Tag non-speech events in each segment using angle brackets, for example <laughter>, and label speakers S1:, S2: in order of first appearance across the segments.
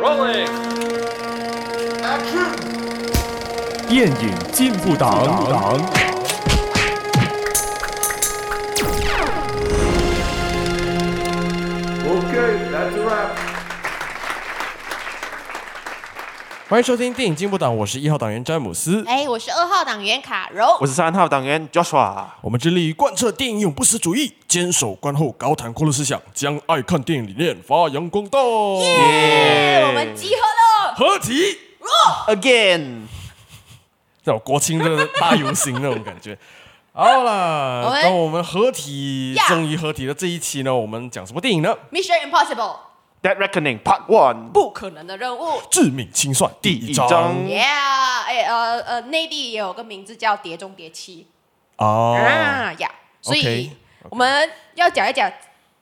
S1: Rolling.
S2: 电影进步党。
S3: Okay, that's a wrap.
S4: 欢迎收听电影进步党，我是一号党员詹姆斯。
S5: 哎，我是二号党员卡柔
S6: 我。是三号党员 Joshua。
S4: 我们致力于贯彻电影永不死主义，坚守观后高谈阔论思想，将爱看电影理念发扬光大。
S5: 耶，我们集合了。
S4: 合体，
S6: Again，
S4: 那种国庆的大游行那种感觉。好啦
S5: 我，们
S4: 那我们合体，
S5: 呀
S4: 终于合体的这一期呢，我们讲什么电影呢？
S5: Mission Impossible，
S6: Dead Reckoning Part One
S5: 不可能的任务。
S4: 致命清算第一
S6: 第一章
S4: 章
S5: Yeah，哎呃呃，内地也有个名字叫《碟中谍七》
S4: 啊，
S5: 啊呀，所
S4: OK，OK
S5: 以我们要讲一讲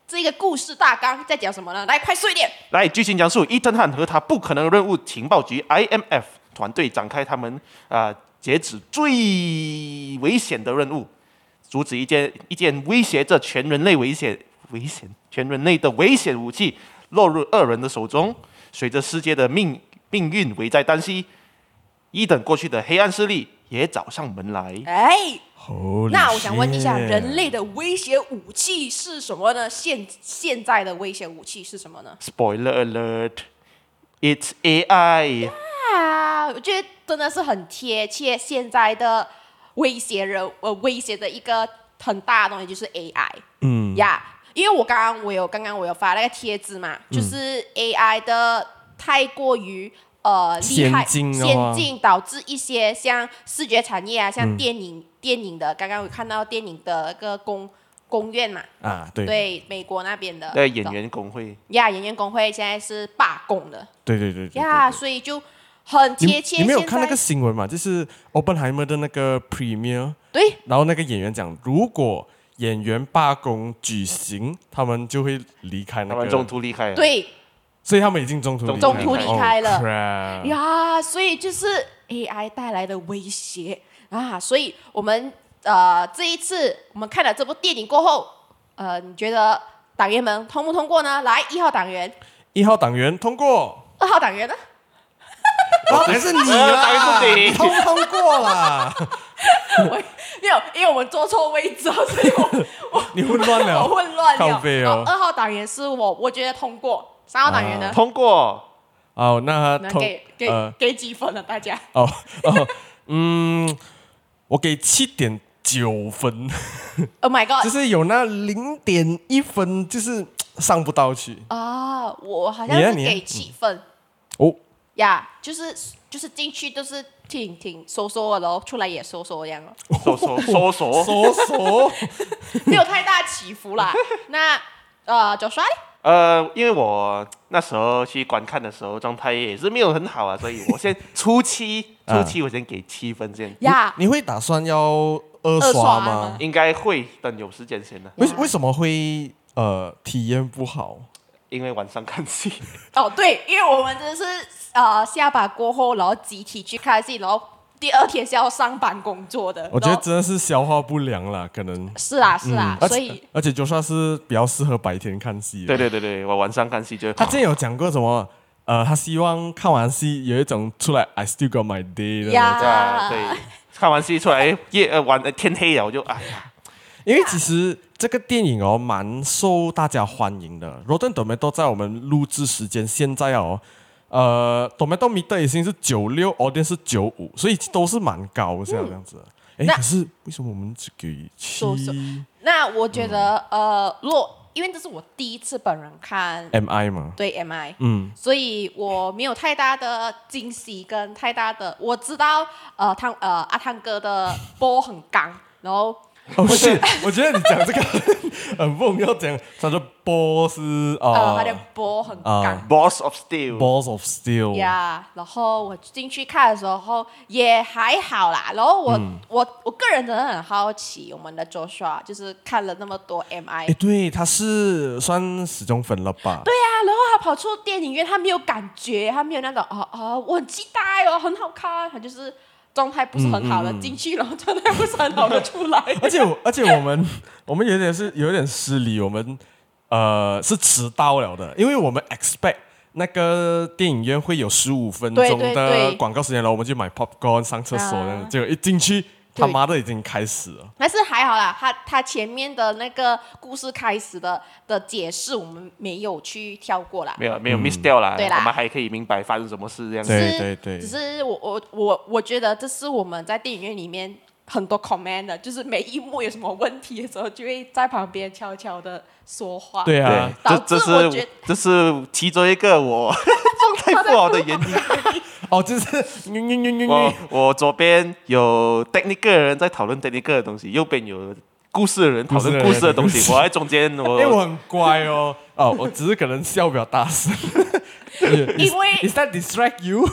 S5: 这个故事大纲在讲什么呢？来，快速一点。
S6: 来剧情讲述：伊登汉和他不可能任务情报局 IMF 团队展开他们啊、呃截止最危险的任务，阻止一件一件威胁着全人类危险危险全人类的危险武器落入恶人的手中。随着世界的命命运危在旦夕，伊登过去的黑暗势力也找上门来。
S5: 哎，
S4: Holy
S5: 那我想问一下，
S4: shit
S5: 人类的威胁武器是什么呢？现现在的威胁武器是什么呢？
S6: Spoiler alert! It's AI.
S5: 啊，我觉得真的是很贴切现在的威胁人呃威胁的一个很大的东西就是 AI。嗯呀因为我刚刚我有刚刚我有发那个帖子嘛，
S4: 嗯
S5: 就是 AI 的太过于。呃，厉害
S4: 先进的话嗯
S5: 先进导致一些像视觉产业啊，像电影、电影的，刚刚我看到电影的一个公公院嘛，
S4: 啊，对
S5: 对美国那边的
S6: 对演员工会，
S5: 呀演员工会现在是罢工的
S4: 对对对对
S5: 呀
S4: 对
S5: 所以就很
S4: 你
S5: 贴切。
S4: 你没有
S5: 现
S4: 看那
S5: 在
S4: 个新闻嘛？就是 Oppenheimer 的那个 Premier，
S5: 对
S4: 然后那个演员讲，如果演员罢工举行，他们就会离开那
S6: 他
S4: 个
S6: 们中，途离
S4: 嗯
S6: 开了。
S5: 对
S4: 所以他们已经中途
S6: 中途
S5: 离开了
S4: Oh, crap
S5: 呀，所以就是 AI 带来的威胁啊，所以我们呃这一次我们看了这部电影过后，呃，你觉得党员们通不通过呢？来，一号党员，
S4: 一号党员通过，
S5: 二号党员呢？ <laughs>
S4: 还哦是你啊
S6: 呃当然是
S4: <laughs>
S6: 你
S4: 通通过啦，
S5: 我没有，因为我们坐错位置了，
S4: <laughs>
S5: 哦所以我我
S4: 你混乱了，
S5: <laughs> 我混乱
S4: 靠
S5: 了。
S4: 背哦
S5: 二号党员是我，我觉得通过。三号党员呢？
S6: 通过
S4: 哦，那
S5: 能
S4: 通
S5: 给给、
S4: 呃
S5: 给几分呢？大家
S4: 哦哦，嗯，我给七点九分，
S5: ？Oh my god！
S4: 就是有那零点一分，就是上不到去
S5: 啊，我好像
S4: 你啊
S5: 是
S4: 你啊
S5: 给七分
S4: 哦。
S5: 呀，就是就是进去都是挺挺收缩的咯，出来也收缩这
S4: <laughs>
S5: 样咯，
S6: 搜索搜索，
S4: 索
S5: <laughs>
S4: 索，
S5: 没有太大起伏
S4: <laughs>
S5: 啦。那呃，九帅
S6: 呃，因为我那时候去观看的时候状态也是没有很好啊，所以我
S4: <laughs>
S6: 先初期
S4: 啊
S6: 初期我先给七分先，
S5: 呀，
S4: 你会打算要二
S5: 啊二
S4: 刷
S5: 刷
S4: 吗
S5: 吗？
S6: 应该会等有时间先的，
S4: 为
S5: 呀
S4: 为什么会呃体验不好？
S6: 因为晚上看
S4: <laughs>
S6: 戏。
S5: 哦对，因为我们真的是呃下班过后，然后集体去看戏，然后第二天是要上班工作的。
S4: 我觉得
S5: 然后
S4: 真的是消化不良啦，可能。嗯
S5: 是啊呃是啊，
S4: 而
S5: 所
S4: 且
S5: 以
S4: 而且就算是比较适合白天看戏的。
S6: 对对对对，我晚上看戏就
S4: 他之前有讲过什么？呃，他希望看完戏有一种出来 I still got my day 的那种，
S5: 呀
S6: 啊，对，看完戏出来夜呃晚呃天黑了，我就哎呀，
S4: 因为其实这个电影哦蛮受大家欢迎的。Rotten Tomato 在我们录制时间现在哦，呃，Tomato meter 已经是九六，Audience 是九五，所以都是蛮高这样这样子的。哎、
S5: 嗯那
S4: 可是为什么我们只给七
S5: 收收那我觉得呃，如果因为这是我第一次本人看
S4: MI 嘛？
S5: 对 MI，
S4: 嗯，
S5: 所以我没有太大的惊喜跟太大的，我知道呃汤呃阿汤哥的波很刚，然后
S4: 哦，不是，我觉得你讲这个 <laughs> 很不要讲，他的波是
S5: 呃、
S4: 啊
S5: 他的波很
S4: 啊
S5: 刚。
S6: Boss of Steel，
S4: ，balls of steel，
S5: 呀然后我进去看的时候也还好啦。然后我、我我个人真的很好奇，我们的 Joshua 就是看了那么多 MI，
S4: 哎，对，他是算死忠粉了吧？
S5: 对啊呀、然后他跑出电影院，他没有感觉，他没有那种哦哦，我很期待哦，很好看，他就是状态不是很好的、进去，然后状态不是很好的出来。
S4: 而且我而且我们我们有点是有点失礼，我们呃是迟到了的，因为我们 expect 那个电影院会有十五分
S5: 对
S4: 钟
S5: 对
S4: 的
S5: 对
S4: 广告时间，然后我们就买 popcorn 上厕所，
S5: 啊
S4: 那样结果一进去，
S5: 对
S4: 他妈的已经开始了。
S5: 但是还好啦，他他前面的那个故事开始的的解释，我们没有去跳过啦。
S6: 没有没有 miss 掉啦，
S5: 对啦
S6: 我们还可以明白发生什么事这样
S5: 只
S6: 子。
S4: 嗯对
S5: 是只是我我我我觉得这是我们在电影院里面很多 comment 的，就是每一幕有什么问题的时候，就会在旁边悄悄的说话。
S4: 对啊，
S6: 这
S5: 导
S6: 这
S5: 致我觉
S6: 是
S5: 得
S6: 这是其中一个我 <laughs> 状态不好的原因。
S4: 哦，就是嘤嘤嘤嘤
S6: 我
S4: 嘤，
S6: 我左边有 technical 人在讨论 technical 的东西，右边有故事的人讨论故
S4: 故
S6: 事
S4: 事
S6: 的
S4: 的人
S6: 东西，我在中间，
S4: 因
S5: 哎
S4: 为我
S6: 我
S4: 很乖哦。 <laughs> 哦，我只是可能笑比较大声。因 <laughs>
S5: 因为
S4: Is that distract you？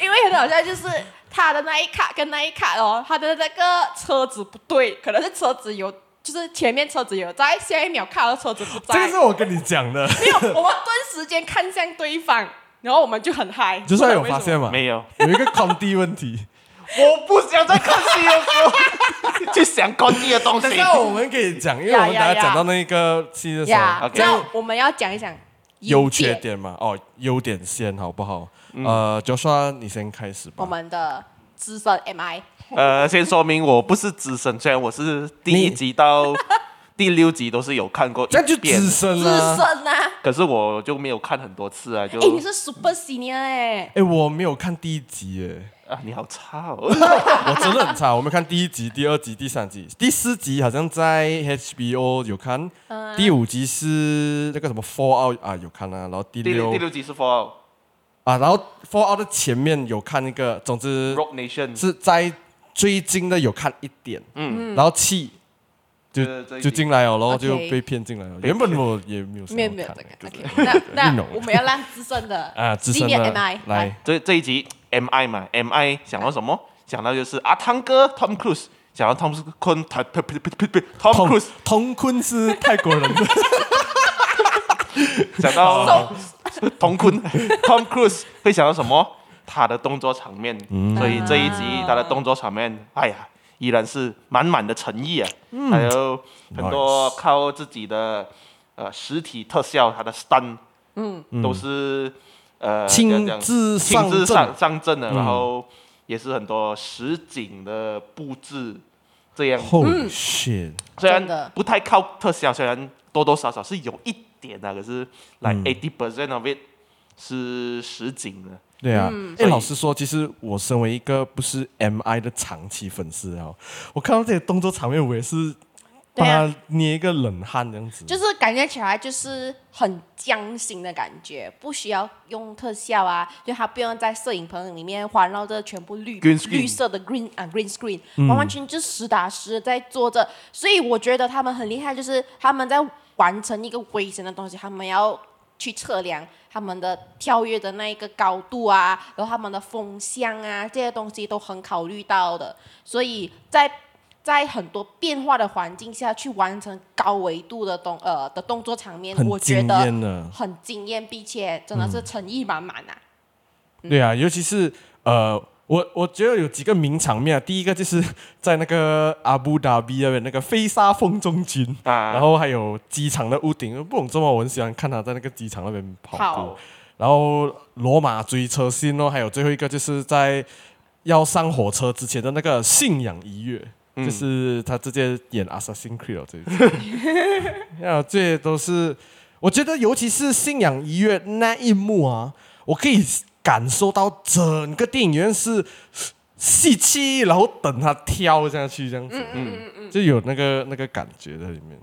S5: 因为很好笑，就是他的那一卡跟那一卡哦，他的那个车子不对，可能是车子有，就是前面车子有在，下一秒看到车子不
S4: 这个
S5: 在
S4: 是，我跟你讲
S5: <laughs>
S4: 的，
S5: 没有，我们顿时间看向对方，然后我们就很嗨。
S4: 就是
S5: 不
S4: 要
S5: 懂
S4: 有
S5: 为
S4: 发
S5: 什么
S4: 现嘛，
S6: 没有，
S4: 有一个 condy 问题。
S6: 我不想再看 CFO，去想高级的东西
S4: 等。一下我们可以讲，因为我们等下讲到那个戏的时候
S5: 呀，
S6: OK
S5: 这样我们要讲一讲
S4: 优缺，点嘛，哦，优点先好不好？呃，就算你先开始
S5: 嗯我
S4: 吧。
S5: 们的资深 MI
S6: 呃，先说明我不是资深，虽然我是第一
S4: 你
S6: 集到第六集都是有看过
S4: 这样就
S6: 一遍
S4: 资，深
S5: 资
S4: 了。
S5: 深啊，
S6: 可是我就没有看很多次啊，就
S5: 哎，你是 Super Senior 哎，
S4: 哎，我没有看第一集，哎，
S6: 啊，你好差哦。
S4: <laughs> 我真的很差。我没有看第一集、第二集、第三集、第四集，好像在 HBO 有看。
S5: 嗯
S4: 第五集是那个什么 Fallout 啊，有看啊。然后第
S6: 第六
S4: 六
S6: 第六集是 For
S4: 啊，然后 Fallout 的前面有看一个，总之
S6: Rock Nation，
S4: 是在最近的有看一点，嗯，然后气就
S6: 就是这一集
S4: 就进来了，然后
S5: OK
S4: 就被骗进来了。原本我也没有想
S5: 没
S4: 要
S5: 有没有
S4: 看
S5: 这个
S4: 就是
S5: OK，那
S4: 运
S5: 那
S4: 动
S5: 我们要让资深的
S4: 啊，资深
S5: Senior
S4: 的
S5: MI
S4: 来，
S6: 这这一集 M I 嘛，M I 想到什么？想到就是阿汤哥 Tom Cruise，想到 Tom Cruise Tom Tom
S4: 同
S6: Cruise，
S4: 同坤是泰国人
S5: <laughs>
S4: 的，
S5: 嗯
S6: 想
S4: 哦
S6: 到童坤 Tom Cruise 会想到什么？他的动作场面，
S4: 嗯
S6: 所以这一集他的动作场面，哎呀，依然是满满的诚意啊，还有很多
S4: 嗯 Nice
S6: 靠自己的呃实体特效，他的 stunt，嗯，都是呃
S4: 亲
S6: 怎样讲
S4: 自上
S6: 亲自
S4: 阵嗯
S6: 上上阵的，然后也是很多实景的布置，这样
S4: Holy Oh shit！
S6: 啊虽
S5: 真的
S6: 然不太靠特效，虽然多多少少是有一点啊的，可是 like eighty percent of it 是实景的。
S4: 对啊，
S5: 嗯
S4: 哎，
S6: 所以
S4: 老实说，其实我身为一个不是 MI 的长期粉丝啊，我看到这些动作场面，我也是
S5: 对
S4: 把
S5: 啊
S4: 他捏一个冷汗这样子。
S5: 就是感觉起来就是很匠心的感觉，不需要用特效啊，就它不用在摄影棚里面环绕着全部绿
S6: Green screen 嗯
S5: 绿色的 green 啊 green screen，、完完全全就实打实的在做着。所以我觉得他们很厉害，就是他们在完成一个危险的东西，他们要去测量他们的跳跃的那一个高度啊，然后他们的风向啊，这些东西都很考虑到的。所以在在很多变化的环境下去完成高维度的动呃的动作场面，
S4: 很
S5: 我觉
S4: 惊
S5: 得
S4: 艳呢
S5: 很惊艳，并且真的是诚意满满啊！
S4: 对啊，尤其是呃，我我觉得有几个名场面啊。第一个就是 <laughs> 在那个阿布达比那边那个飞沙风中军
S6: 啊
S4: 然后还有机场的屋顶，不懂怎么我很喜欢看他在那个机场那边跑步
S5: 好。
S4: 然后罗马追车线哦，还有最后一个就是在要上火车之前的那个信仰一跃，就是他直接演 Assassin Creed 哦这一次， <laughs> 啊，这些都是我觉得，尤其是信仰一跃那一幕啊，我可以感受到整个电影院是吸气，然后等他跳下去这样子，嗯嗯嗯，就有那个那个感觉在里面。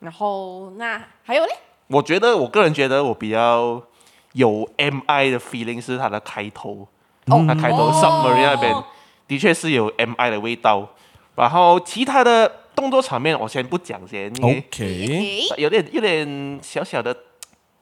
S5: 然后那还有嘞，
S6: 我觉得，我个人觉得我比较有 M I 的 feeling 是它的开头，
S5: 哦
S6: 它开头
S5: 哦
S6: submarine 那边的确是有 M I 的味道。然后其他的动作场面我先不讲先，
S4: 嗯
S6: 因
S4: 哦
S6: 为
S4: OK，
S5: 诶
S6: 有点有点小小的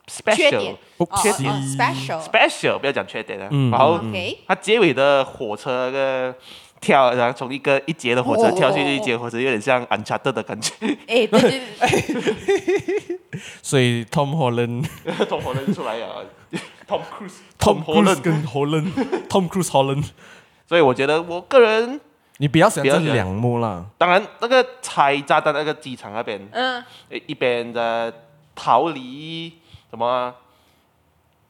S5: 缺
S6: special
S5: 点
S4: 不
S5: 哦哦
S4: 行
S5: special
S6: special，不要讲缺点了。然后
S5: OK
S6: 它结尾的火车个跳，然后从一个一节的火车
S5: 哦
S6: 跳去
S5: 哦哦
S6: 一节的火车，有点像 Uncharted 的 <laughs> 感觉。
S5: 哎对对对对
S4: 所以 Tom Holland。
S6: Tom Holland 出来了 <laughs> ，Tom Cruise。
S4: Tom Cruise
S6: Holland
S4: 跟 <laughs> Holland，Tom Cruise Holland，
S6: 所以我觉得我个人，
S4: 你比较喜欢
S6: 比较
S4: 这
S6: 喜欢
S4: 两幕啦。
S6: 当然那个拆炸弹那个机场那边，
S5: 嗯
S6: 一边的逃离什么。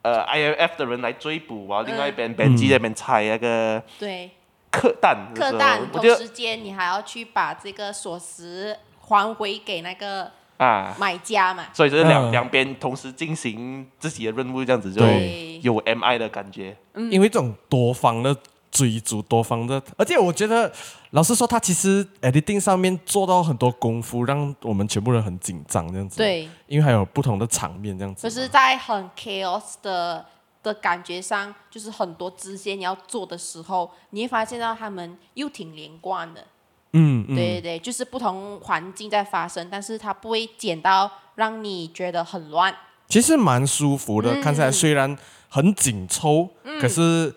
S6: 呃 IMF 的人来追捕，然后另外一边
S5: 嗯
S6: Benji 在那边拆那个
S5: 对，
S6: 客蛋的时候，
S5: 客蛋，
S6: 我
S5: 同
S6: 觉得
S5: 时间你还要去把这个锁匙还回给那个
S6: 啊，
S5: 买家嘛。
S6: 所以就是两、
S4: 嗯
S6: 两边同时进行自己的任务，这样子就
S5: 对
S6: 有 MI 的感觉。
S4: 因为这种多方的追逐，多方的，而且我觉得，老实说，他其实 editing 上面做到很多功夫，让我们全部人很紧张这样子。，
S5: 对，
S4: 因为还有不同的场面这样子
S5: 就
S4: 嘛。
S5: 是在很 chaos 的的感觉上，就是很多支线你要做的时候，你会发现到他们又挺连贯的。
S4: 嗯嗯，
S5: 对对对，就是不同环境在发生，但是它不会剪到让你觉得很乱。
S4: 其实蛮舒服的，看起来虽然很紧凑，可是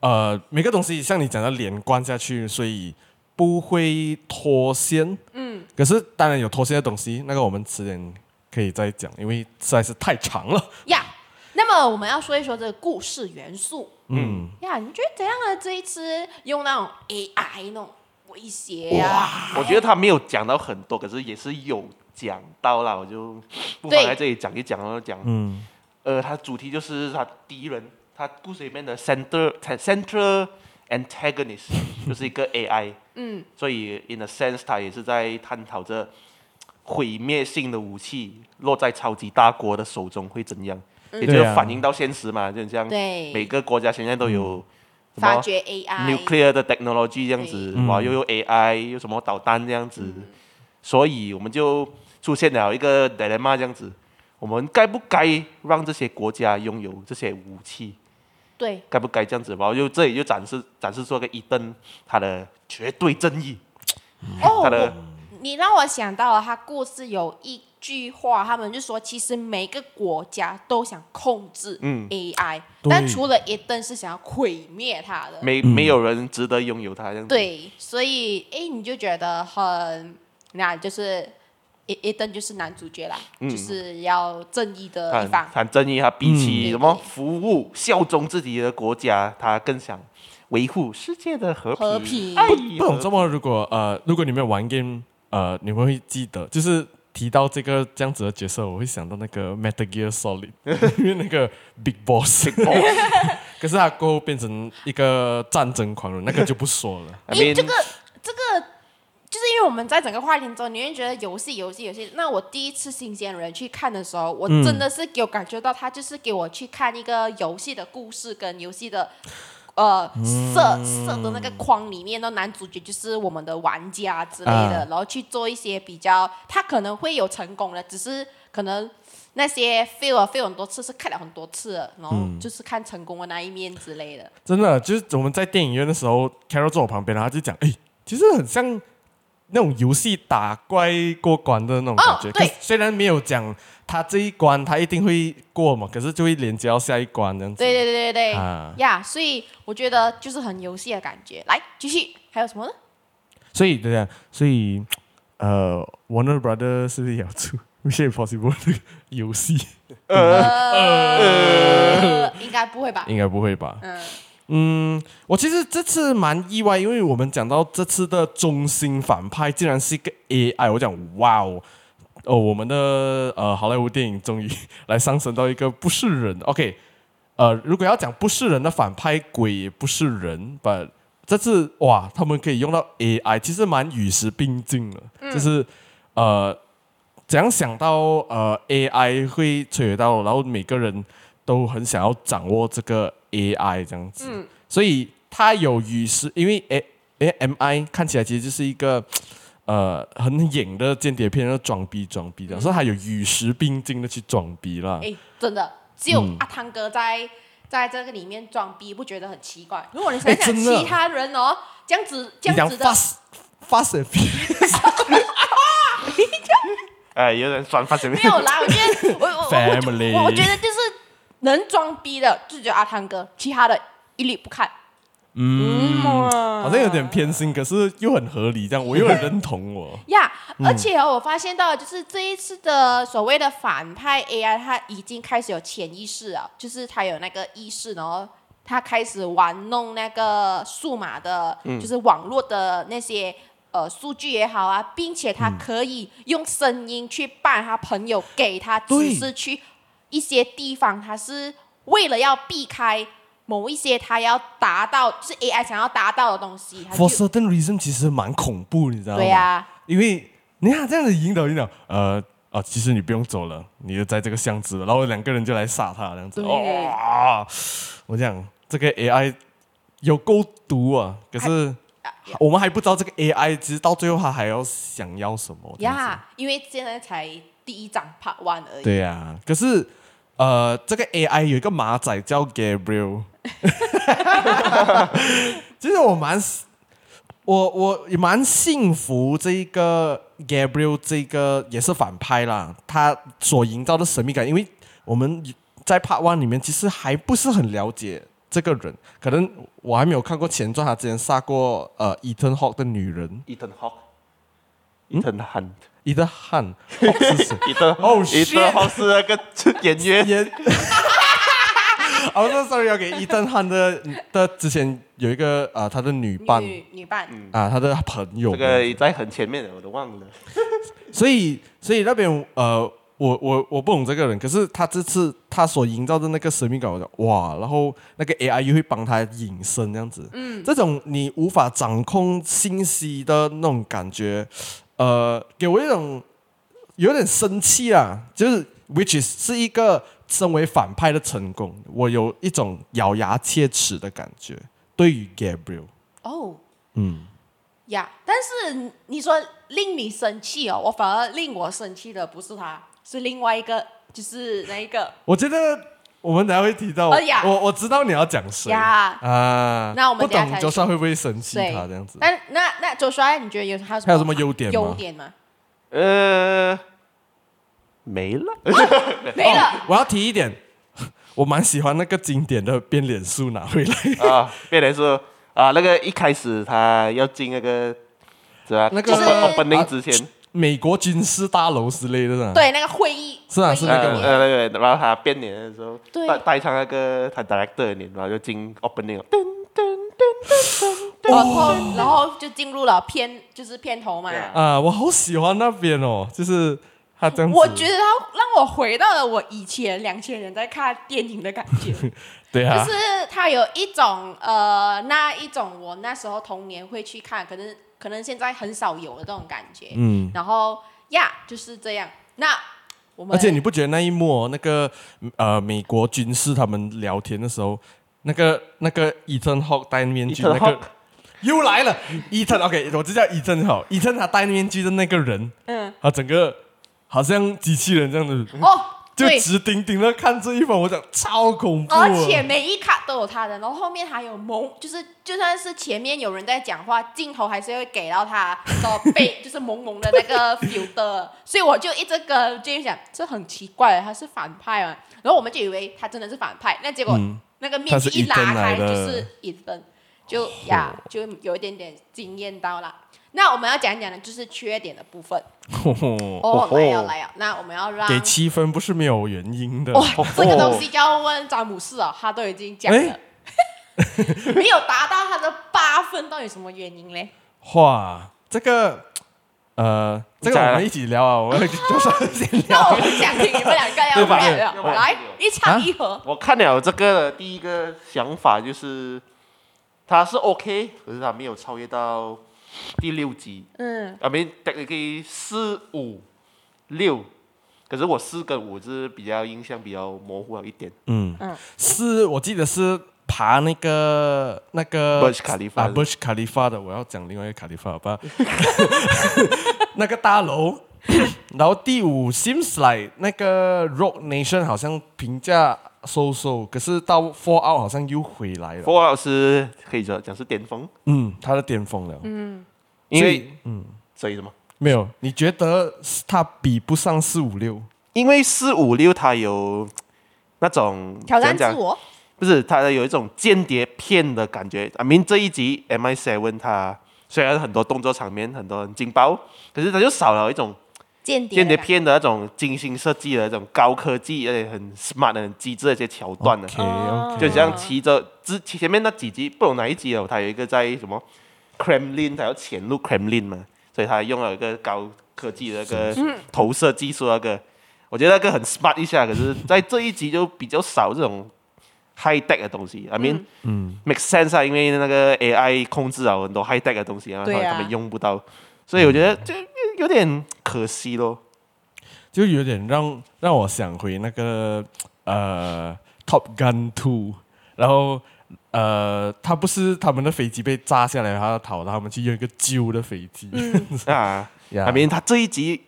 S4: 呃，每个东西像你讲的连贯下去，所以不会脱线。嗯，可是当然有脱线的东西，那个我们迟点可以再讲，因为实在是太长了。
S5: 呀那么我们要说一说这个故事元素。
S4: 嗯，
S5: 呀你觉得怎样啊？这一次用那种 AI 那种威胁啊，
S6: 我觉得他没有讲到很多，可是也是有讲到啦，我就不妨
S5: 对
S6: 在这里讲一讲哦，讲。
S4: 嗯
S6: 呃，它主题就是他敌人，他故事里面的 center central antagonist
S4: <laughs>
S6: 就是一个 AI，
S5: 嗯，
S6: 所以 in a sense 它也是在探讨着毁灭性的武器落在超级大国的手中会怎样，也就
S4: 对
S6: 是
S4: 啊
S6: 反映到现实嘛，就很像
S5: 嗯对嗯
S6: 每个国家现在都有什
S5: 发
S6: 么
S5: 掘 AI，
S6: nuclear 的 technology 这样子，
S4: 嗯
S6: 哇，又有 AI，又什么导弹这样子，
S5: 嗯
S6: 所以我们就出现了一个 dilemma 这样子，我们该不该让这些国家拥有这些武器？
S5: 对，
S6: 该不该这样子？然后又这里就展示展示出一个伊登他的绝对正义，
S5: 哦，
S6: 他嗯的
S5: 我你让我想到了，他故事有一句话，他们就说，其实每个国家都想控制
S6: 嗯
S5: AI，、
S4: 对
S5: 但除了 Eden 是想要毁灭它的，
S4: 嗯
S6: 没没有人值得拥有它这样子。，
S5: 对，所以哎，诶你就觉得很，那就是。Eden 就是男主角啦，
S6: 嗯
S5: 就是要正义的一
S6: 很
S5: 方，
S6: 很正义，他比起
S5: 嗯
S6: 什么服务、效忠自己的国家，他更想维护世界的和平。哎
S5: 和平
S6: 爱
S4: 不懂
S6: 和
S4: 这么，如果呃，如果你们有玩 game，呃，你们会记得，就是提到这个这样子的角色，我会想到那个 Metal Gear
S5: <laughs>
S4: Solid，因为那个 Big Boss，可 <laughs> 是他过后变成一个战争狂人，那个就不
S5: <laughs>
S4: 说了。
S6: I
S5: 因为
S6: mean-
S5: 这个这个，就是因为我们在整个话题中，你会觉得游戏游戏游戏。那我第一次新鲜人去看的时候，我真的是有感觉到，他就是给我去看一个游戏的故事跟游戏的。呃，设设的那个框里面的男主角就是我们的玩家之类的，
S4: 啊
S5: 然后去做一些比较，他可能会有成功的，只是可能那些 fail 了 fail 很多次是看了很多次了，然后就是看成功的那一面之类的。
S4: 真的，就是我们在电影院的时候，Carol 坐我旁边，然后他就讲，哎，其实很像那种游戏打怪过关的那种感觉。
S5: 哦
S4: 可
S5: 对
S4: 是虽然没有讲他这一关他一定会过嘛，可是就会连接到下一关这样子。
S5: 对对对对对，
S4: 啊
S5: 呀、所以我觉得就是很游戏的感觉。来，继续，还有什么呢？
S4: 所以对呀，所以呃，Warner Brother 是不是也要出 <laughs> Mission Impossible 的游戏？
S5: 呃，应该不会吧？
S4: 应该不会吧？
S5: 嗯，
S4: 嗯，我其实这次蛮意外，因为我们讲到这次的中心反派竟然是一个 AI，我讲哇哦。哦，我们的呃好莱坞电影终于 <laughs> 来上升到一个不是人。OK，呃，如果要讲不是人的反派，鬼也不是人，把这次哇，他们可以用到 AI，其实蛮与时并进了。就是呃，怎样想到呃 AI 会摧毁到，然后每个人都很想要掌握这个 AI 这样子，所以它有与时，因为 A A M I 看起来其实就是一个。呃，很演的间谍片，然后装逼装逼的，所以他有与时并进的去装逼啦。
S5: 哎，真的，只
S4: 嗯
S5: 有阿汤哥在在这个里面装逼，不觉得很奇怪？如果你想想
S4: 哎真的
S5: 其他人哦，这样子这
S4: 你
S5: 样
S4: 讲
S5: 子的，
S4: fast fast and
S5: <laughs>
S4: furious
S6: 哎，有点转发什么
S5: 没？有啦。我觉得我我我
S4: Family
S5: 我我觉得就是能装逼的，就只有阿汤哥，其他的一律不看。嗯，
S4: 好像有点偏心，可是又很合理，这样我又很认同我。
S5: 呀、而且哦，我发现到就是这一次的所谓的反派 AI，它已经开始有潜意识了，就是它有那个意识，然后它开始玩弄那个数码的，就是网络的那些呃数据也好啊，并且它可以用声音去扮他朋友给他
S4: 对
S5: 指示去一些地方，它是为了要避开某一些他要达到，就是 AI 想要达到的东西，他就
S4: ，for certain reason 其实蛮恐怖，你知道吗？
S5: 对呀、
S4: 因为你看这样子引导引导，呃啊，其实你不用走了，你就在这个巷子，然后两个人就来杀他这样子。
S5: 对
S4: 哦，我讲这个 AI 有够毒啊，可是
S5: 啊
S4: 我们还不知道这个 AI 其实到最后他还要想要什么。这样子
S5: 呀，因为现在才第一章 Part One 而已。
S4: 对呀、可是呃，这个 AI 有一个马仔叫 Gabriel，其实我蛮我我也蛮幸福这一个 Gabriel 这个也是反派啦，他所营造的神秘感，因为我们在 Part One 里面其实还不是很了解。这个人可能我还没有看过前传，他之前杀过呃 Ethan Hawke 的女人
S6: ，Ethan Hawke，Ethan Hunt，Ethan
S4: Ethan Hunt，Hawke 是谁？Oh, shit
S6: Ethan Hawke 哦是那个演 <laughs> 员，
S4: 也，我说 sorry，要给伊登汉的的之前有一个啊、呃他的女伴
S5: 女女伴，
S4: 啊、他的朋
S6: 这
S4: 友，
S6: 个在很前面的，我都忘了。
S4: 所以所以那边呃，我我我不懂这个人，可是他这次他所营造的那个神秘感，我讲哇，然后那个 AI 又会帮他隐身这样子，嗯，这种你无法掌控信息的那种感觉，呃，给我一种有点生气啊，就是 which is 是一个身为反派的成功，我有一种咬牙切齿的感觉，对于 Gabriel，
S5: 哦
S4: 嗯，
S5: 呀，但是你说令你生气哦，我反而令我生气的不是他，是另外一个，就是那一
S4: <laughs>
S5: 个。
S4: 我觉得我们等下会提到，
S5: 哎呀
S4: 我我知道你要讲谁
S5: 呀
S4: 啊，
S5: 那我们
S4: 不
S5: 等下
S4: 懂
S5: 才
S4: 周帅会不会生气
S5: 对
S4: 他这样子？
S5: 但那那周帅，你觉得有还有什么
S4: 还有什么优点吗
S5: 优点吗？
S6: 呃，没了。
S5: 没了，
S4: 我要提一点， <laughs> 我蛮喜欢那个经典的变脸术拿回来， <laughs>
S6: 啊，变成说啊，那个一开始他要进那个，是吧？
S4: 那个
S5: 就是
S6: opening 之前，
S4: 美国军事大楼之类的呢。，
S5: 对那个会议
S4: 哦是啊
S5: 会议
S4: 是
S6: 呃
S4: 那个
S6: 呃那个，
S4: 嘛
S5: 里面
S6: 然后他变脸的时候，
S5: 对
S6: 带带上那个他 director 的脸，然后就进 opening，
S5: 然后然后就进入了片就是片头嘛。
S6: Yeah
S4: 啊，我好喜欢那边哦，就是他这样子，
S5: 我觉得他让我回到了我以前两千年在看电影的感觉，
S4: 对啊
S5: 就，是他有一种呃那一种我那时候童年会去看，可能可能现在很少有的这种感觉。
S4: 嗯，
S5: 然后呀就是这样。那我们
S4: 而且你不觉得那一幕、哦、那个呃美国军事他们聊天的时候，那个那个 Ethan Hawke 戴面具
S6: Ethan <laughs>
S4: 那个
S6: Hawke
S4: 又来了，Ethan OK，我就叫 Ethan 好，Ethan 他戴面具的那个人，
S5: 嗯
S4: 他整个好像机器人这样子，
S5: 哦
S4: 就
S5: 对，
S4: 直盯盯的看这一方，我讲超恐怖、啊，
S5: 而且每一卡都有他的，然后后面还有蒙，就是就算是前面有人在讲话，镜头还是会给到他的背， <laughs> 就是蒙蒙的那个 filter，所以我就一直跟 James 讲，这很奇怪，他是反派啊，然后我们就以为他真的是反派，那结果、
S4: 嗯
S5: 那个面
S4: 他是
S5: 具一拉
S4: Ethan
S5: 开
S4: 来
S5: 就
S4: 的
S5: 是一分，就呀就有一点点惊艳到了。那我们要讲讲的就是缺点的部分。哦，
S6: 吼
S5: 来呀来呀，那我们要让
S4: 给七分不是没有原因的。
S5: 哇，这个东
S4: 哦
S5: 西就要问詹姆士哦，他都已经讲了
S4: 哎，
S5: <laughs> 没有达到他的八分，到底什么原
S4: <laughs>
S5: 因嘞？
S4: 哇，这个呃，这个我们一起聊啊，我们就是先聊。
S5: 那我们想听你们两个要
S4: 对
S5: 不
S4: 吧
S5: 要聊
S6: 要不然
S5: 来
S6: 就
S5: 一唱一
S4: 啊
S5: 和，
S6: 我看了这个的第一个想法就是，他是 OK，可是他没有超越到第六集
S5: 嗯，
S6: ，I mean technically 四五六，可是我四跟五是比较印象比较模糊了一点。
S4: 嗯
S5: 嗯，
S4: 是我记得是爬那个那个
S6: Burj Khalifa
S4: 啊，Burj Khalifa 的，我要讲另外一个卡利法，好吧？ <laughs> 那个大楼。 <coughs> 然后第五，seems like 那个 Rock Nation 好像评价 so so，可是到 Four Out 好像又回来了，
S6: Four 是可以讲讲是巅峰，
S4: 嗯，他的巅峰了。
S6: 因
S4: 所以
S6: 为嗯，所以什么？
S4: 没有，你觉得是他比不上四五六？
S6: 因为四五六它有那种
S5: 挑战自，
S6: 怎样讲
S5: 我，
S6: 不是它有一种间谍片的感觉。I mean 这一集 MI Seven 它虽然很多动作场面很多很劲爆，可是它就少了一种
S5: 间
S6: 间谍
S5: 谍的感觉，
S6: 片的那种精心设计的那种高科技，而且很 smart 的、很机智的一些桥段呢。啊
S4: OK OK，
S6: 就像骑着之前面那几集，不懂哪一集了，他有一个在什么 Kremlin，他要潜入 Kremlin 嘛，所以他用了一个高科技的那个投射技术，那个我觉得那个很 smart 一下，可是在这一集就比较少这种 high tech 的东西。I mean，嗯，make sense 啊，因为那个 AI 控制了很多 high tech 的东西啊，
S5: 对啊
S6: 他们用不到，所以我觉得这有点可惜咯。
S4: 就有点让让我想回那个呃《Top Gun Two》，然后呃，他不是他们的飞机被炸下来，他逃，他们去用一个旧的飞机。
S5: 嗯
S6: 啊
S4: Yeah
S6: ，I mean，他这一集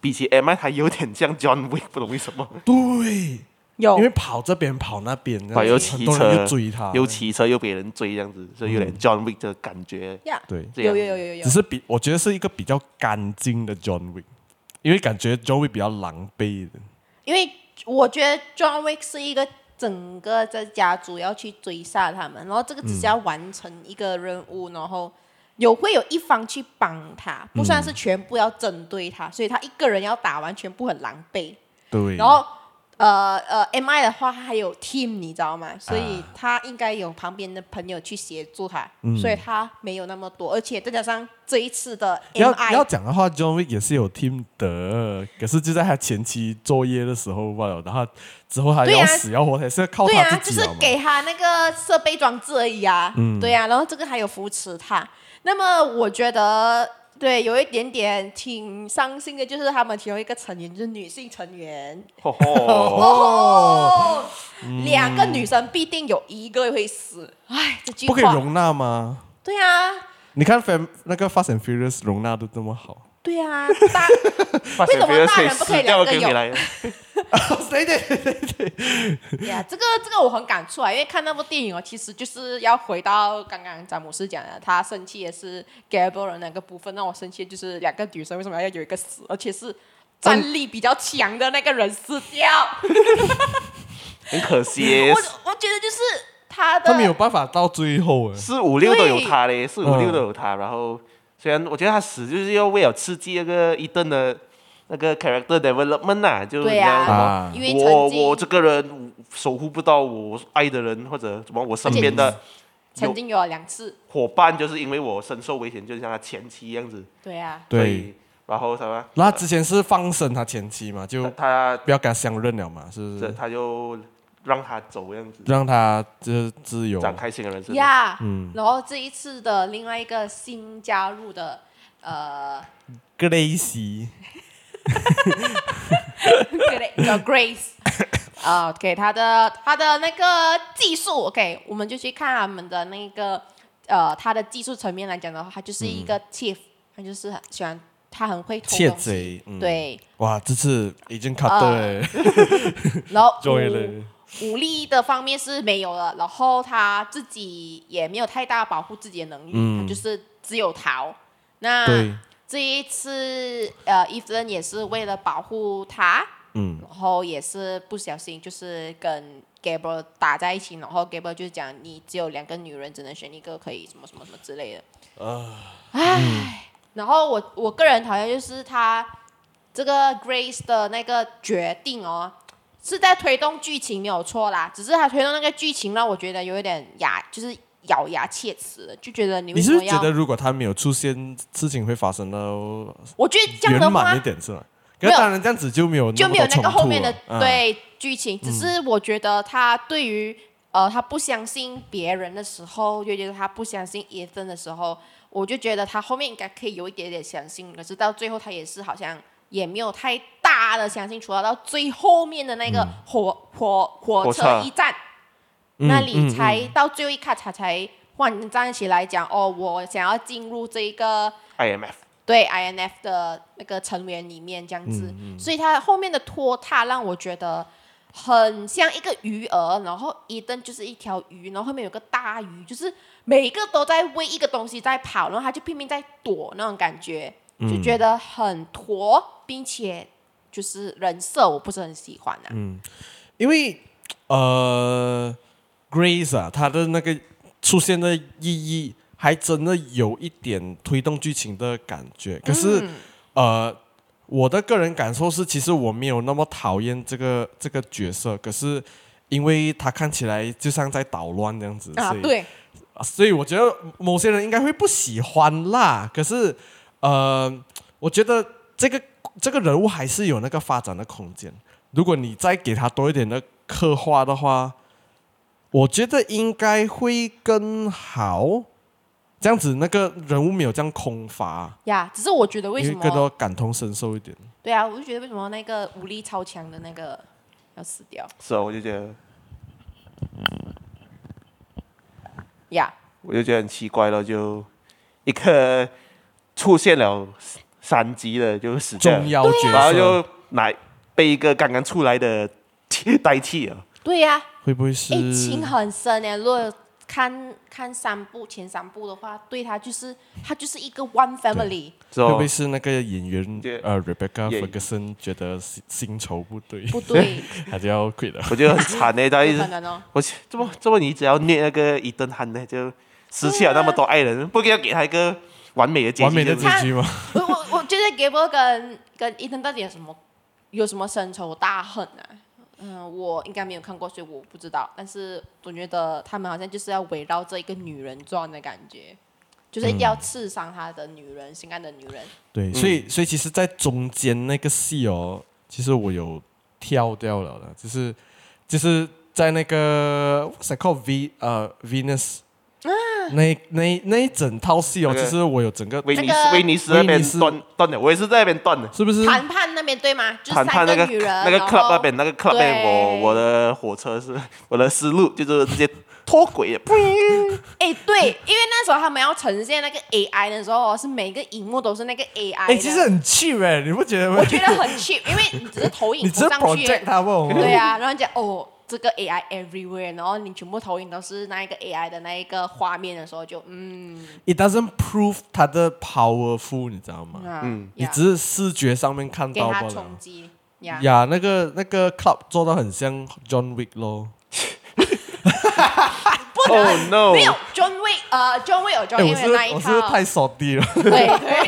S6: 比起 MI 还有点像 John Wick，不懂为什么。
S4: <laughs> 对，
S5: 有
S4: 因为跑这边跑那边，
S6: 对，
S4: 这
S6: 又
S4: 样子
S6: 骑
S4: 很多人
S6: 车
S4: 就追他，嗯
S6: 又骑车又被人追这样子，所以有点 John Wick 的感
S5: <laughs>
S6: 觉。
S5: 呀，
S4: 对
S6: 这样
S5: 有有有有有有
S4: 只，是比我觉得是一个比较干净的 John Wick，因为感觉 John Wick 比较狼狈的。
S5: 因为我觉得 John Wick 是一个整个这家族要去追杀他们，然后这个只是要完成一个任务，然后有会有一方去帮他，不算是全部要针对他，所以他一个人要打完全部很狼狈。
S4: 对，
S5: 然后呃呃，M I 的话他还有 team 你知道吗？
S4: 啊
S5: 所以他应该有旁边的朋友去协助他，
S4: 嗯
S5: 所以他没有那么多，而且再加上这一次的 M
S4: 要要
S5: I
S4: 讲的话，John Wick 也是有 team 的，可是就在他前期作业的时候罢了，然后他之后他
S5: 对啊
S4: 要死要活还是要靠
S5: 对
S4: 他
S5: 啊，
S4: 自
S5: 就
S4: 己
S5: 是
S4: 了嘛
S5: 给他那个设备装置而已啊。
S4: 嗯
S5: 对啊，然后这个还有扶持他。那么我觉得，对，有一点点挺伤心的，就是他们其中一个成员就是女性成员
S6: 吼吼，
S5: 哦，
S4: 嗯
S5: 两个女生必定有一个会死。唉，这句
S4: 不可以
S5: 话，
S4: 容纳吗？
S5: 对啊，
S4: 你看 Fam 那个 Fast and Furious 容纳的这么好，
S5: <laughs>
S4: <laughs>
S5: 对啊，大
S6: 发现
S5: 为什么
S6: 别人
S5: 大
S6: 可以
S5: 人不可以
S6: 死掉
S5: 两个
S6: 跟
S5: 有
S6: 你来，
S4: 对对，
S5: 对啊，这个这个我很感触啊，因为看那部电影哦，其实就是要回到刚刚詹姆斯讲的，他生气也是 Gable 人那个部分，让我生气的就是两个女生为什么要有一个死，而且是战力比较强的那个人死
S4: <laughs>
S5: 掉，
S6: 很可惜耶
S5: 我我觉得就是他
S4: <laughs>
S5: 的
S4: 他没有办法到最后哎，
S6: 四五六都有他嘞，四五六
S4: 嗯
S6: 都有他。然后虽然我觉得他死就是要为了刺激那个伊顿的那个 character development 啊，就
S5: 对
S6: 你知道吗
S4: 啊
S5: 啊，因为
S6: 我
S5: 曾经
S6: 我这个人守护不到我爱的人或者什么我身边的
S5: 曾经有两次，
S6: 伙伴，就是因为我深受危险，就像他前妻一样子。
S5: 对啊，
S6: 所
S4: 对
S6: 以。，然后什么？
S4: 那之前是放生他前妻嘛，就
S6: 他
S4: 不要跟他相认了嘛，是不
S6: 这
S4: 是？
S6: 他就让他走这样子，
S4: 嗯让他就是自由。
S6: 展开新的人生。
S5: 呀、
S4: 嗯
S5: 然后这一次的另外一个新加入的呃
S4: Gracie， <laughs>
S5: 叫 Grace 啊、给他的他的那个技术，OK，我们就去看他们的那个呃，他的技术层面来讲的话，他就是一个
S4: 嗯
S5: thief，、他就是很喜欢，他很会偷
S4: 窃
S5: 东西，
S4: 贼。嗯，
S5: 对，呃
S4: 哇，这次已经欸卡对
S6: <laughs>
S4: <laughs>
S5: 然后
S4: j o y 了。
S5: 武力的方面是没有了，然后他自己也没有太大保护自己的能力，
S4: 嗯
S5: 他就是只有逃。那
S4: 对，
S5: 这一次，呃，伊芙也是为了保护他，
S4: 嗯，
S5: 然后也是不小心就是跟 Gabriel 打在一起，然后 Gabriel 就讲你只有两个女人，只能选一个，可以什么什么什么之类的。唉，然后我我个人讨厌就是他这个 Grace 的那个决定哦，是在推动剧情没有错啦，只是他推动那个剧情让我觉得有一点牙，就是咬牙切齿的，就觉得你为
S4: 你
S5: 什
S4: 是不是
S5: 么
S4: 觉
S5: 要？
S4: 得如果他没有出现，事情会发生到
S5: 我觉得这样的
S4: 圆
S5: 话
S4: 满一，点是吧？
S5: 没
S4: 可
S5: 有
S4: 是当然这样子就没有
S5: 就没有那
S4: 么
S5: 个
S4: 多
S5: 后
S4: 冲
S5: 面的
S4: 突了，啊嗯
S5: 对剧情，只是我觉得他对于呃他不相信别人的时候，又觉得他不相信耶森的时候，我就觉得他后面应该可以有一点点相信，可是到最后他也是好像也没有太大的相信，除了到最后面的那个火、火火
S6: 火
S5: 车
S6: 车
S5: 一站
S4: 嗯
S5: 那里
S4: 嗯
S5: 才、到最后一卡，他才忽然站起来讲哦，我想要进入这一个。
S6: IMF
S5: 对 INF 的那个成员里面这样子，
S4: 嗯
S5: 所以他后面的拖沓让我觉得很像一个鱼儿，然后伊登就是一条鱼，然后后面有个大鱼，就是每一个都在为一个东西在跑，然后他就拼命在躲那种感觉，
S4: 嗯
S5: 就觉得很拖，并且就是人设我不是很喜欢啊。
S4: 嗯因为呃，Grace 啊，她的那个出现的意义还真的有一点推动剧情的感觉。可是、
S5: 嗯
S4: 呃，我的个人感受是，其实我没有那么讨厌这个这个角色，可是因为她看起来就像在捣乱这样子，
S5: 啊
S4: 所，以
S5: 对，
S4: 啊所以我觉得某些人应该会不喜欢啦。可是，呃，我觉得这个这个人物还是有那个发展的空间。如果你再给他多一点的刻画的话，我觉得应该会更好，这样子那个人物没有这样空乏，
S5: 呀，只是我觉得为
S4: 你
S5: 什
S4: 会更多
S5: 么？
S4: 感同身受一点。
S5: 对啊，我就觉得为什么那个武力超强的那个要死掉
S6: 是啊，我就觉得
S5: 呀？
S6: 我就觉得很奇怪了，就一个出现了三级的就死掉了
S4: 重，要角
S6: 然后啊
S4: 色
S6: 就来被一个刚刚出来的代替了。
S5: 对呀、
S4: 会不会是
S5: 哎，情很深哎。如果看看三部前三部的话，对他就是他就是一个 one family，
S6: 之
S4: 会不
S6: 后
S4: 会是那个演员
S6: 对
S4: 呃 Rebecca
S6: 演
S4: Ferguson 觉得薪薪酬不对，
S5: 不
S6: <laughs>
S5: 对，
S4: <laughs> 还是要 quit 了？
S6: 我觉得很惨
S5: <laughs>
S6: 呢、欸，他一
S5: 不
S6: 直
S5: 可能哦。
S6: 我这么这么你只要虐那个伊登汉呢，就失去了那么多爱
S5: 啊
S6: 人，不给要给他一个完美的结局，
S4: 完美的
S6: 就
S4: 结
S6: 是
S4: 局吗？
S5: 我我我觉得 Gable 跟跟 Ethan 到底有什么有什么深仇大恨啊？嗯，我应该没有看过，所以我不知道。但是总觉得他们好像就是要围绕着一个女人转的感觉，就是
S6: 嗯
S5: 一定要刺伤他的女人，心爱的女人。
S4: 对，所以所以其实，在中间那个戏哦，其实我有跳掉了的，就是就是在那个 what's that called V 呃 Venus
S5: 啊
S4: 那那那一整套戏哦，
S6: 那个
S4: 其实我有整个
S6: 威尼
S5: 那个
S6: 斯威尼斯那
S4: 威
S6: 边
S4: 尼斯
S6: 断断了，我也是在那边断的。
S4: 是不是？
S5: 谈判那边对吗？就是
S6: 嗯谈判
S5: 三
S6: 那个
S5: 女人，
S6: 那个
S5: 然
S6: club
S5: 后
S6: 那边那个 club 那边，我
S5: 对
S6: 我的火车是我的思路就是直接脱轨了，
S5: 哎，对，因为那时候他们要呈现那个 AI 的时候哦，是每个荧幕都是那个 AI 的。
S4: 哎，其实很 cheap 哎，你不觉得吗
S5: 我？觉得很 cheap，因为你只是投影
S4: <laughs> 你只是
S5: 投上去。
S4: project 它哦不？
S5: 对啊，然后讲哦，这个 AI everywhere，然后你全部投影都是那一个 AI 的那一个画面的时候就，嗯
S4: It doesn't prove 它的 powerful，你知道吗？
S5: 啊，
S4: 你
S5: 呀
S4: 只是视觉上面看
S5: 给
S4: 到罢
S5: 他
S4: 了
S5: 冲。击呀
S4: 呀，那个那个 club 做到很像 John Wick 咯。
S5: 不
S6: Oh,
S5: 能、
S6: no
S5: 没有 John Wick，呃，John Wick 有
S4: 哎，
S5: John
S4: 我
S5: Wick
S4: 是
S5: 的那一
S4: 我是
S5: 套，
S4: 太傻逼了。
S5: 对对，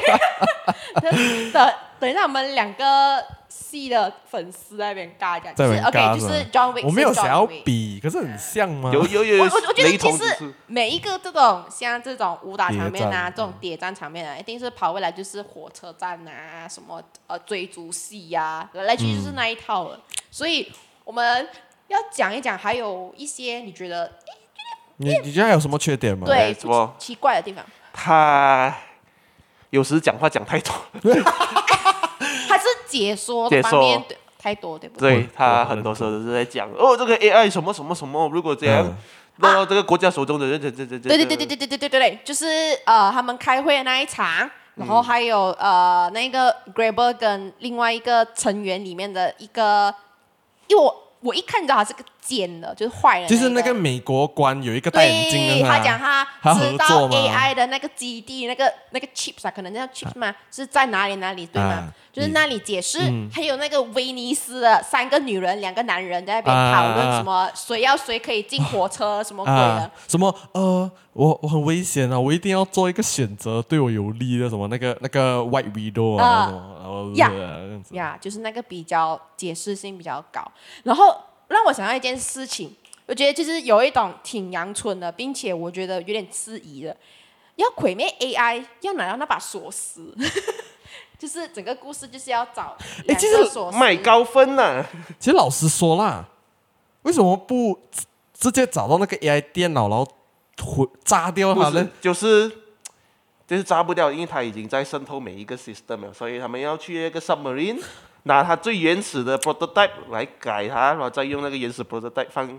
S5: <laughs> 等等一下我们两个戏的粉丝在那边尬讲，
S4: 在
S5: 就
S4: 那
S5: 是
S4: 边
S5: OK，
S4: 尬
S5: 就是
S4: 吧
S5: 是 John Wick，
S4: 我没有
S5: 是 John
S4: 想要
S5: Wick
S4: 比，可是很像吗？
S6: 有有有
S5: 我
S6: 有
S5: 我我觉
S6: 雷
S5: 得其
S6: 同之
S5: 实
S6: 处，
S5: 每一个这种像这种武打场面
S4: 谍
S5: 啊，
S4: 战嗯
S5: 这种谍战场面啊，一定是跑回来就是火车站啊，什么呃追逐戏呀、来来去去
S4: 嗯
S5: 就是那一套了。所以我们要讲一讲，还有一些你觉得
S4: 你你觉得还有什么缺点吗？
S5: 对
S6: 什么
S5: 奇怪的地方，
S6: 他有时讲话讲太多，
S5: 还是解说的方面
S6: 解说
S5: 对太多，对不对？
S6: 对他
S4: 我
S6: 很多时候都是在讲哦，这个 AI 什么什么什么，如果这样
S4: 嗯
S6: 落到这个国家手中的人，这这这这，
S5: 对对对对对对对对对对，就是呃，他们开会的那一
S4: 嗯
S5: 场，然后还有、呃那个 Graber 跟另外一个成员里面的一个，因为我我一看就知道他是个奸的，就是坏人、
S4: 就是那
S5: 个
S4: 个美国官有一个戴眼镜的
S5: 对，
S4: 是吧
S5: 他讲他
S4: 他合
S5: 知道
S4: 作嘛
S5: AI 的那个基地，那个那个 chips 啊，可能叫 chips 嘛，是在哪里哪里对吗？
S4: 啊
S5: 就是
S4: 你
S5: 那里解释，
S4: 嗯
S5: 还有那个威尼斯的三个女人、两个男人在那边
S4: 啊
S5: 讨论什么谁要谁可以进火车什么鬼的
S4: 啊，，什么呃，我我很危险啊，我一定要做一个选择对我有利的，什么那个那个 White Widow 啊，
S5: 啊
S4: 什么然后
S5: 呀
S4: 这样子
S5: 呀就是那个比较解释性比较高。然后让我想到一件事情，我觉得就是有一种挺阳春的，并且我觉得有点质疑的，要毁灭 AI 要拿到那把锁匙， <laughs> 就是整个故事就是要找两
S4: 其实
S5: 个锁匙。
S6: 卖高分呐，
S4: 其实老实说啦，为什么不直直接找到那个 AI 电脑，然后毁炸 <laughs> 掉
S6: 不
S4: 它
S6: 是
S4: 呢？
S6: 就是就是炸不掉，因为它已经在渗透每一个 system 了，所以他们要去那个 submarine <laughs> 拿它最原始的 prototype 来改它，然后再用那个原始 prototype 放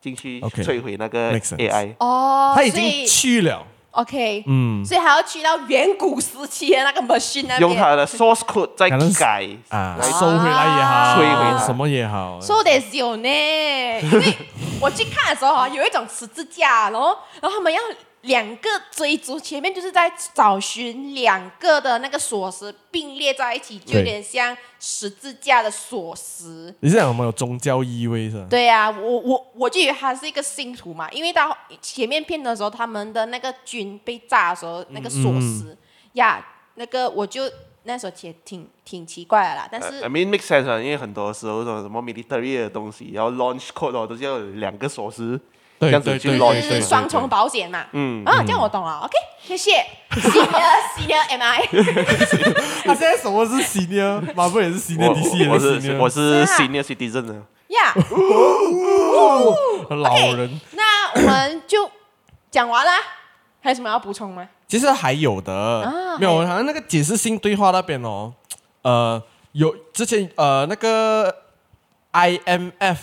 S6: 进去
S4: OK，
S6: 摧毁那个
S4: makes sense
S6: AI。
S5: 哦，
S4: 它已
S5: 所以
S4: 经去了，
S5: OK，
S4: 嗯
S5: 所以还要去到远古时期的那个 machine 那边。
S6: 用它的 source code 再
S4: 可能是
S6: 改，
S4: 啊，
S6: 来
S4: 收回来也好，
S5: 啊
S6: 摧毁它
S4: 什么也好，
S5: 说的是有呢，因为我去看的时候啊，有一种十字架，然后然后他们要两个追逐，前面就是在找寻两个的那个锁匙并列在一起，就有点像十字架的锁匙。
S4: 你是讲有没有宗教意味是吧？
S5: 对呀、啊，我我我就以为他是一个信徒嘛，因为到前面片的时候，他们的那个军被炸的时候，那个锁
S6: 嗯
S5: 匙呀那个我就那时候也挺挺奇怪的啦，但是
S6: 呃 I mean make sense 啊，因为很多时候什么 military 的东西，然后 launch code 哦，都是要有两个锁匙，这
S4: 对
S6: 样子
S4: 对
S6: 去
S4: 对
S6: 捞
S5: 就
S6: 一
S4: 对
S6: 个
S5: 是
S4: 对，
S5: 双重保险嘛。嗯啊，这样我懂了。OK，谢谢。Senior Senior <laughs> MI，
S4: 他现在什么是 senior？马布也是 senior，DC
S6: 我我
S4: 也
S6: 是
S4: senior。
S6: 我是
S5: 是啊
S6: senior citizen 啊，
S5: 呀、
S4: 老
S5: OK，
S4: 人。
S5: 那我们就讲完啦，还有什么要补充吗？
S4: 其实还有的，
S5: 啊
S4: 没有，
S5: 还
S4: 好像那个解释性对话那边哦，呃，有之前呃那个 IMF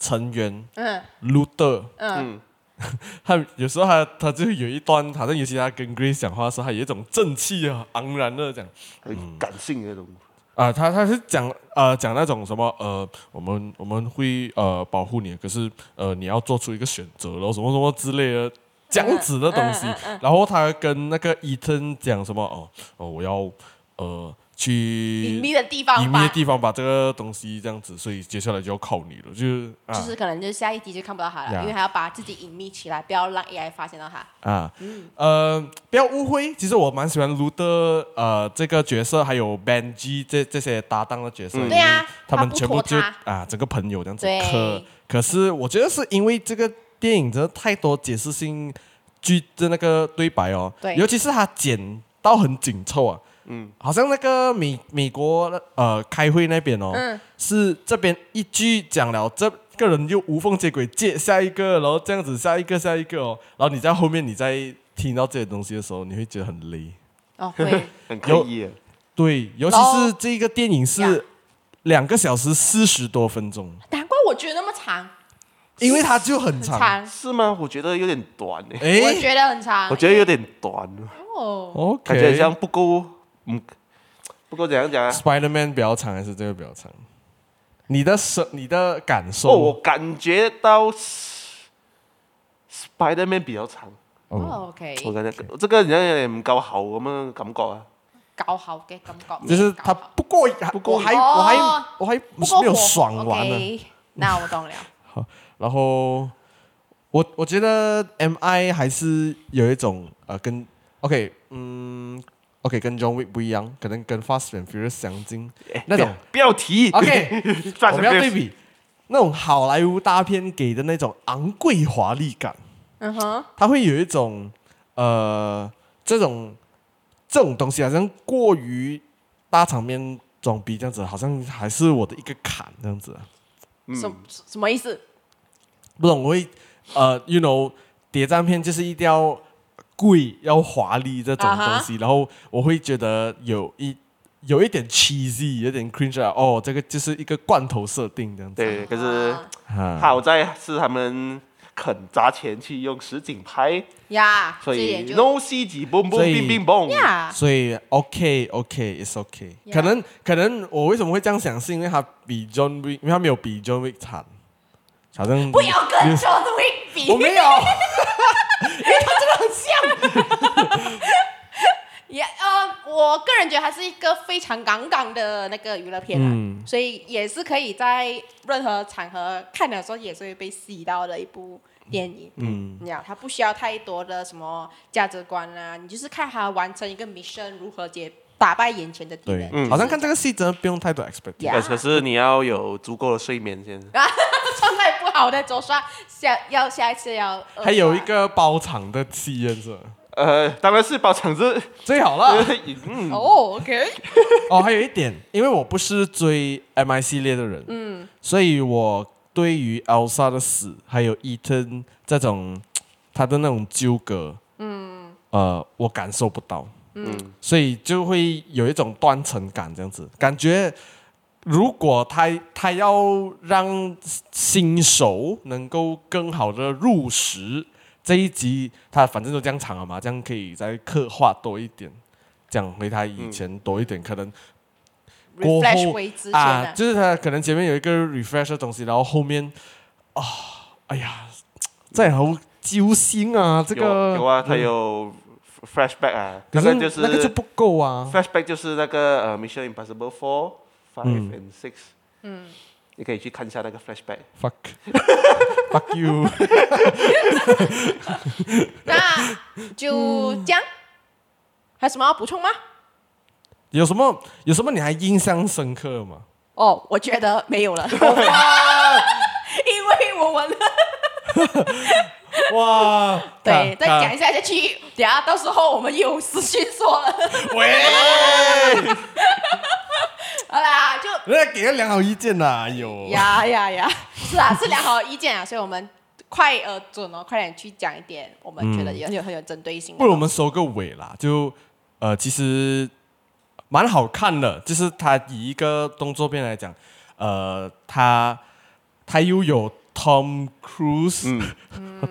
S4: 成员
S5: 嗯
S4: Luther，
S5: 嗯，
S4: <laughs> 他有时候他他就有一段，好像尤其他跟 Grace 讲话的时候，他有一种正气啊昂然的讲。
S6: 很感性的那种。
S4: 啊、他他是讲呃讲那种什么呃，我们我们会呃保护你，可是呃你要做出一个选择，然后什么什么之类的这样子的东西。
S5: 嗯嗯嗯
S4: 然后他跟那个伊藤讲什么哦哦，我要呃去
S5: 隐秘的地方
S4: 隐秘的
S5: 吧，
S4: 地方把这个东西这样子，所以接下来就要靠你了，就是啊、
S5: 就是可能就是下一集就看不到他了，
S4: 呀
S5: 因为还要把自己隐秘起来，不要让 AI 发现到他。
S4: 啊，呃，不要误会，其实我蛮喜欢卢的呃这个角色，还有 Benji 这这些搭档的角色，因为
S5: 对啊
S4: 他们
S5: 他不
S4: 全部
S5: 拖
S4: 就
S5: 沓
S4: 啊整个朋友这样子。
S5: 对
S4: 可可是我觉得是因为这个电影真的太多解释性剧的那个对白哦，
S5: 对
S4: 尤其是他剪到很紧凑啊，
S6: 嗯，
S4: 好像那个美美国呃开会那边哦，
S5: 嗯
S4: 是这边一句讲了，这个人又无缝接轨接下一个，然后这样子下一个下一个哦，然后你在后面你在听到这些东西的时候，你会觉得很累。 <laughs>
S5: 哦，会
S6: 很刻意耶，
S4: 对，尤其
S5: 然后
S4: 是这个电影
S5: 呀
S4: 是两个小时四十多分钟，
S5: 难怪我觉得那么长，
S4: 因为它就很
S5: 很
S4: 长。
S5: 长，
S6: 是吗？我觉得有点短诶，
S5: 我
S4: 哎
S5: 觉得很长。
S6: 我觉得有点短，
S5: 哦，
S4: ，OK，
S6: 感觉好像不够，嗯，不够怎样讲啊？
S4: Spider-Man 比较长还是这个比较长？你的什你的感受？
S6: 哦，我感觉到 Spiderman 比较长，
S5: 哦，OK，
S6: 我感觉这个人有点搞好我们感觉啊，
S5: 搞好嘅感覺，
S4: 就是它
S5: 搞好
S4: 不过不
S5: 过
S4: 我还
S5: 哦
S4: 我还我还
S5: 不過
S4: 没有
S5: 火
S4: 爽完啊呢。
S5: OK，那我懂了。
S4: 然后我我觉得 M I 还是有一种呃跟 OK 嗯 OK 跟 John Wick 不一样，可能跟 Fast and Furious 相近那种。
S6: 不要提
S4: OK，
S6: 算 <laughs>
S4: 我
S6: 什
S4: 们
S6: 么
S4: 要对比那种好莱坞大片给的那种昂贵华丽感，
S5: 嗯哼，
S4: 它会有一种呃这种这种东西好像过于大场面装逼这样子，好像还是我的一个坎这样子。嗯
S5: 什什么意思？
S4: 不懂，我会呃，you know，谍战片就是一定要贵、要华丽这种
S5: 啊哈
S4: 东西然后我会觉得有一有一点 cheesy，有点 cringe 啊哦，这个就是一个罐头设定这样子。
S6: 对，可是
S5: 啊
S4: 啊，
S6: 好在是他们肯砸钱去用实景拍，
S5: 呀，
S6: 所
S5: 这一
S6: 以
S5: 点就
S6: no C 级 boom
S4: 所
S6: boom
S4: 以
S6: bing bing boom，
S5: 呀，
S4: 所以 OK OK is OK，、
S5: Yeah
S4: 可能可能我为什么会这样想，是因为他比 John Wick，因为他没有比 John Wick 惨，好像
S5: 不要跟 John Wick 比，
S4: 我没有，
S5: 也呃，我个人觉得它是一个非常杠杠的那个娱乐片啊，
S4: 嗯
S5: 所以也是可以在任何场合看的时候也是会被吸到的一部电影。嗯，你看它不需要太多的什么价值观啊，你就是看它完成一个 mission 如何解打败眼前的敌
S4: 对
S5: 人。，
S4: 好像看这个戏真的不用太多 expect，、
S5: 呀
S6: 可可是你要有足够的睡眠先。
S5: <laughs>
S4: 啊
S5: 状态不好的周刷下要下一次要呃二刷。
S4: 还有一个包场的戏院是吧
S6: 呃，当然是包场子，
S4: 最好了。
S6: 嗯，
S5: 哦，OK，
S4: 哦，还有一点，因为我不是追 MI 系列的人，嗯，所以我对于 Elsa 的死，还有 Ethan 这种他的那种纠葛，嗯，呃，我感受不到，嗯，所以就会有一种断层感，这样子，感觉如果他他要让新手能够更好的入时。这一集他反正都这样长了嘛，这样可以再刻画多一点，讲回他以前多一点，可能过后
S5: refresh 回之前
S4: 啊，
S5: 的，
S4: 就是他可能前面有一个 refresh 的东西，然后后面啊，哎呀，这好揪
S6: <laughs>
S4: 心啊，这
S6: 有有
S4: 个
S6: 啊，他有 flashback 啊，那
S4: 可是
S6: 个就是
S4: 那个就不够啊，
S6: flashback 就是那个呃 Mission Impossible Four、Five
S4: 嗯
S6: and Six，嗯，你可以去看一下那个 flashback。 <laughs>
S4: fuck fuck you，
S5: 那就这样。还有什么要补充吗？
S4: 有什么有什么你还印象深刻吗？
S5: 哦，我觉得没 <laughs> 有了，因为我完了。
S4: 哇，
S5: <laughs> 对，再
S4: 啊
S5: 讲一下下去，等
S4: <laughs>
S5: 下到时候我们又有私讯说了。
S4: 喂，
S5: <laughs> 好啦，就
S4: 人家给了良好意见呐，哎呦，
S5: 呀呀呀，是啊，是良好的意见啊，所以我们快而准哦，快点去讲一点，我们觉得有有很有针对性的。
S4: 嗯不如我们收个尾啦，就呃，其实蛮好看的，就是它以一个动作片来讲，呃，它它又有 Tom Cruise，、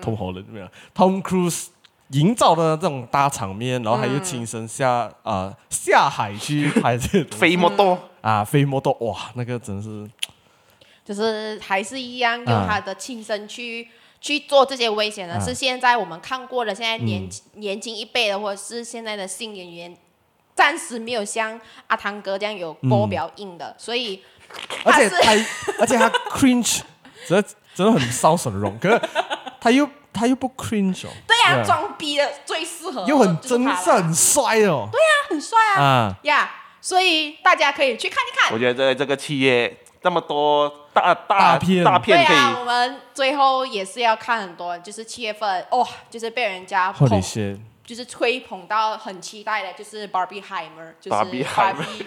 S4: Tom <laughs> Holland 没有 Tom Cruise 营造的这种大场面，然后他又亲身下啊、呃下海去拍这 <laughs> 种
S6: 飞摩多，
S4: 啊飞摩托，哇，那个真是
S5: 就是还是一样用他的亲身去、去做这些危险的、
S4: 啊嗯
S5: 是现在我们看过的，现在年、年轻一辈的，或者是现在的新演员，暂时没有像阿汤哥这样有锅比较硬
S4: 嗯
S5: 的，所以
S4: 而且
S5: 他是
S4: 他， <laughs> 而且他 cringe，真的真的很搔首容，可是他又他又不 cringe 哦，
S5: 对呀、
S4: 对啊
S5: 装逼的最适合，
S4: 又啊很
S5: 就是
S4: 真
S5: 他了
S4: 哦是很帅哦，
S5: 很帅啊
S4: 啊，
S5: 呀所以大家可以去看一看
S6: 我。觉得这个企业这么多大大
S4: 大片
S6: 大
S5: 对
S6: 片可以
S5: 啊，我们最后也是要看很多，就是七月份哦，就是被人家
S4: 或者
S5: 捧，
S4: 是
S5: 就是吹捧到很期待的，就是 Barbie Heimer，就是
S6: Barbieheimer
S5: <laughs> Barbie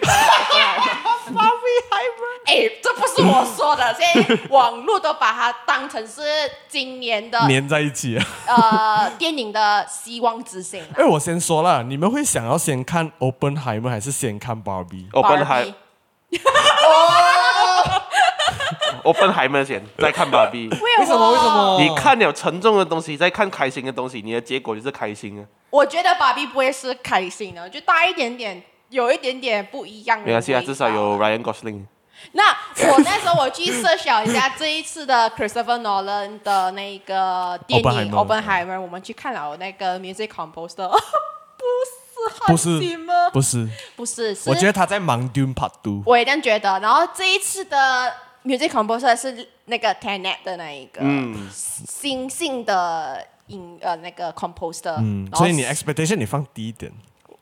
S5: Heimer。哎， <laughs> 这不是我说 <laughs> 的，现在网络都把它当成是今年的
S4: 粘在一起。
S5: 呃电影的希望之星了。
S4: 哎，我先说了，你们会想要先看 Oppenheimer 还是先看 Barbie？
S6: open 海
S5: Barbie
S6: open 海们先，再看芭比。
S4: <laughs>
S5: 为
S4: 为什么？为什？么？
S6: 你，看了沉重的东西，再看开心的东西，你的结果就是开心啊。
S5: 我觉得 Barbie 不会是开心的，就大一点点，有一点点不一样的味道。
S6: 没关系啊，至少有 Ryan Gosling。
S5: 那我那时候我去设想一下这一次的 Christopher Nolan 的那个电影《
S4: Oppenheimer
S5: Oppenheimer》，我们去看了那个
S4: <laughs>
S5: Music Composer，不
S4: 不
S5: 是
S4: 是
S5: 很喜吗？
S4: 不是，
S5: 不是，是
S4: 我觉得他在忙 Dune Part Two。
S5: 我也这样觉得。然后这一次的 Music Composer 是那个 Tenet 的那一个
S6: 嗯，
S5: 新兴的音呃那个 composer，
S4: 嗯，
S5: 然后
S4: 所以你 expectation 你放低一点。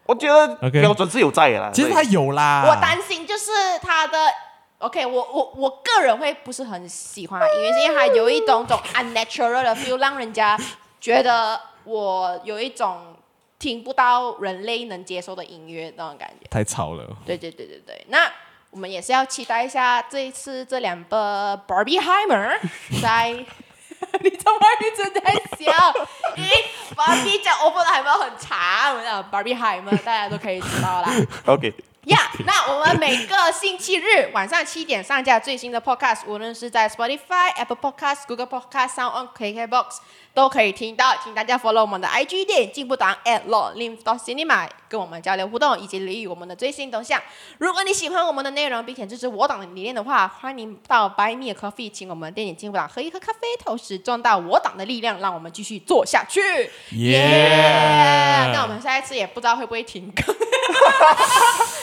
S6: 我觉得
S4: OK
S6: 标准是有在的啦。
S4: 其实他
S6: 对
S4: 有啦，
S5: 我担心就是他的。OK，我我我个人会不是很喜欢，因为是因为它有一种种 unnatural 的 feel，让人家觉得我有一种听不到人类能接受的音乐那种感觉。
S4: 太吵了。
S5: 对对对对对，那我们也是要期待一下这一次这两个 Barbieheimer 在。 <laughs> 你怎么一直在笑？因为 Barbie 讲 Oppenheimer 很长，我们讲 Barbieheimer 大家都可以知道啦。
S6: OK，
S5: <laughs> 呀那我们每个星期日晚上七点上架最新的 podcast，无论是在 Spotify、Apple Podcast、Google Podcast、Sound On、KKBox 都可以听到。请大家 follow 我们的 IG 电影进步党 at law live dot cinema，跟我们交流互动以及留意我们的最新动向。如果你喜欢我们的内容，并且支持我党的理念的话，欢迎到 Buy Me a Coffee，请我们电影进步党喝一喝咖啡，同时壮大我党的力量，让我们继续做下去。
S4: 耶
S5: 那我们下一次也不知道会不会停更。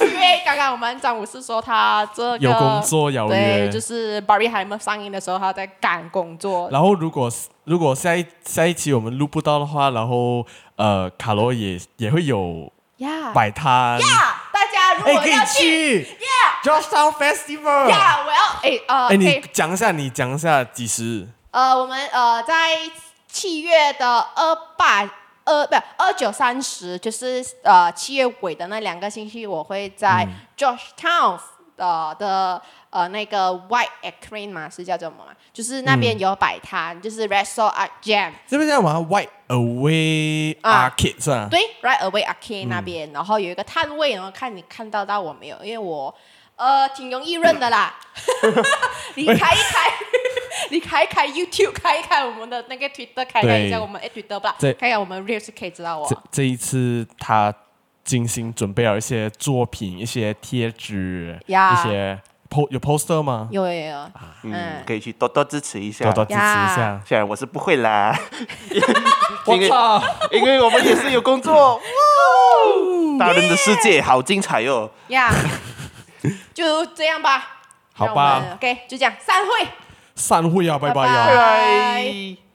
S5: 因为刚刚我们张武是说他这个
S4: 有工作邀约
S5: 对，就是 Barry h e i m 上映的时候他在赶工作，
S4: 然后如果如果下一下一期我们录不到的话，然后呃，卡罗也也会有
S5: 呀
S4: 摆摊，
S5: 呀，大家如
S4: 哎、
S5: 果
S4: 可以
S5: 要去
S4: 去
S5: 呀
S4: Georgetown Festival。
S5: 呀，我要哎呃，
S4: 哎，
S5: 可以
S4: 你讲一下，你讲一下几时？
S5: 呃，我们呃在七月的二八二不二九三十，就是呃七月尾的那两个星期，我会在
S4: 嗯
S5: Georgetown 的的呃那个 White Acrin 嘛，是叫什么嘛？就是那
S4: 嗯
S5: 边有摆摊，就是 Red Soul Art Jam。
S4: 这边在玩 White Away
S5: 啊
S4: Arcade 是吧？
S5: 对，Right Away
S4: 嗯
S5: Arcade 那边，然后有一个摊位，然后看你看到到我没有，因为我呃挺容易认
S4: <laughs>
S5: 的啦。 <laughs> 你开一开， <laughs> 你开一开 YouTube，开一开我们的那个 Twitter，开一开一下
S4: 对
S5: 我们哎 Twitter 吧，
S4: 对
S5: 开一下我们 Reels 就可以知道我。
S4: 这这一次他精心准备了一些作品、一些贴纸、
S5: 呀
S4: 一些 po 有 poster 吗？
S5: 有有有，
S6: 嗯
S4: 啊
S5: 嗯，
S6: 可以去多多支持一下。
S4: 多多支持一下
S5: 呀。
S6: 虽然我是不会啦，因
S4: 我
S6: 为
S4: 操！
S6: <laughs> 因为我们也是有工 <laughs> 作。哇哦大人的世界好精彩哦！
S5: 呀，
S4: <laughs>
S5: 就这样吧。
S4: 好吧
S5: 让我们，OK，就这样，散会，
S4: 散会啊，拜拜
S5: 拜
S4: 啊！
S5: 拜
S6: 拜。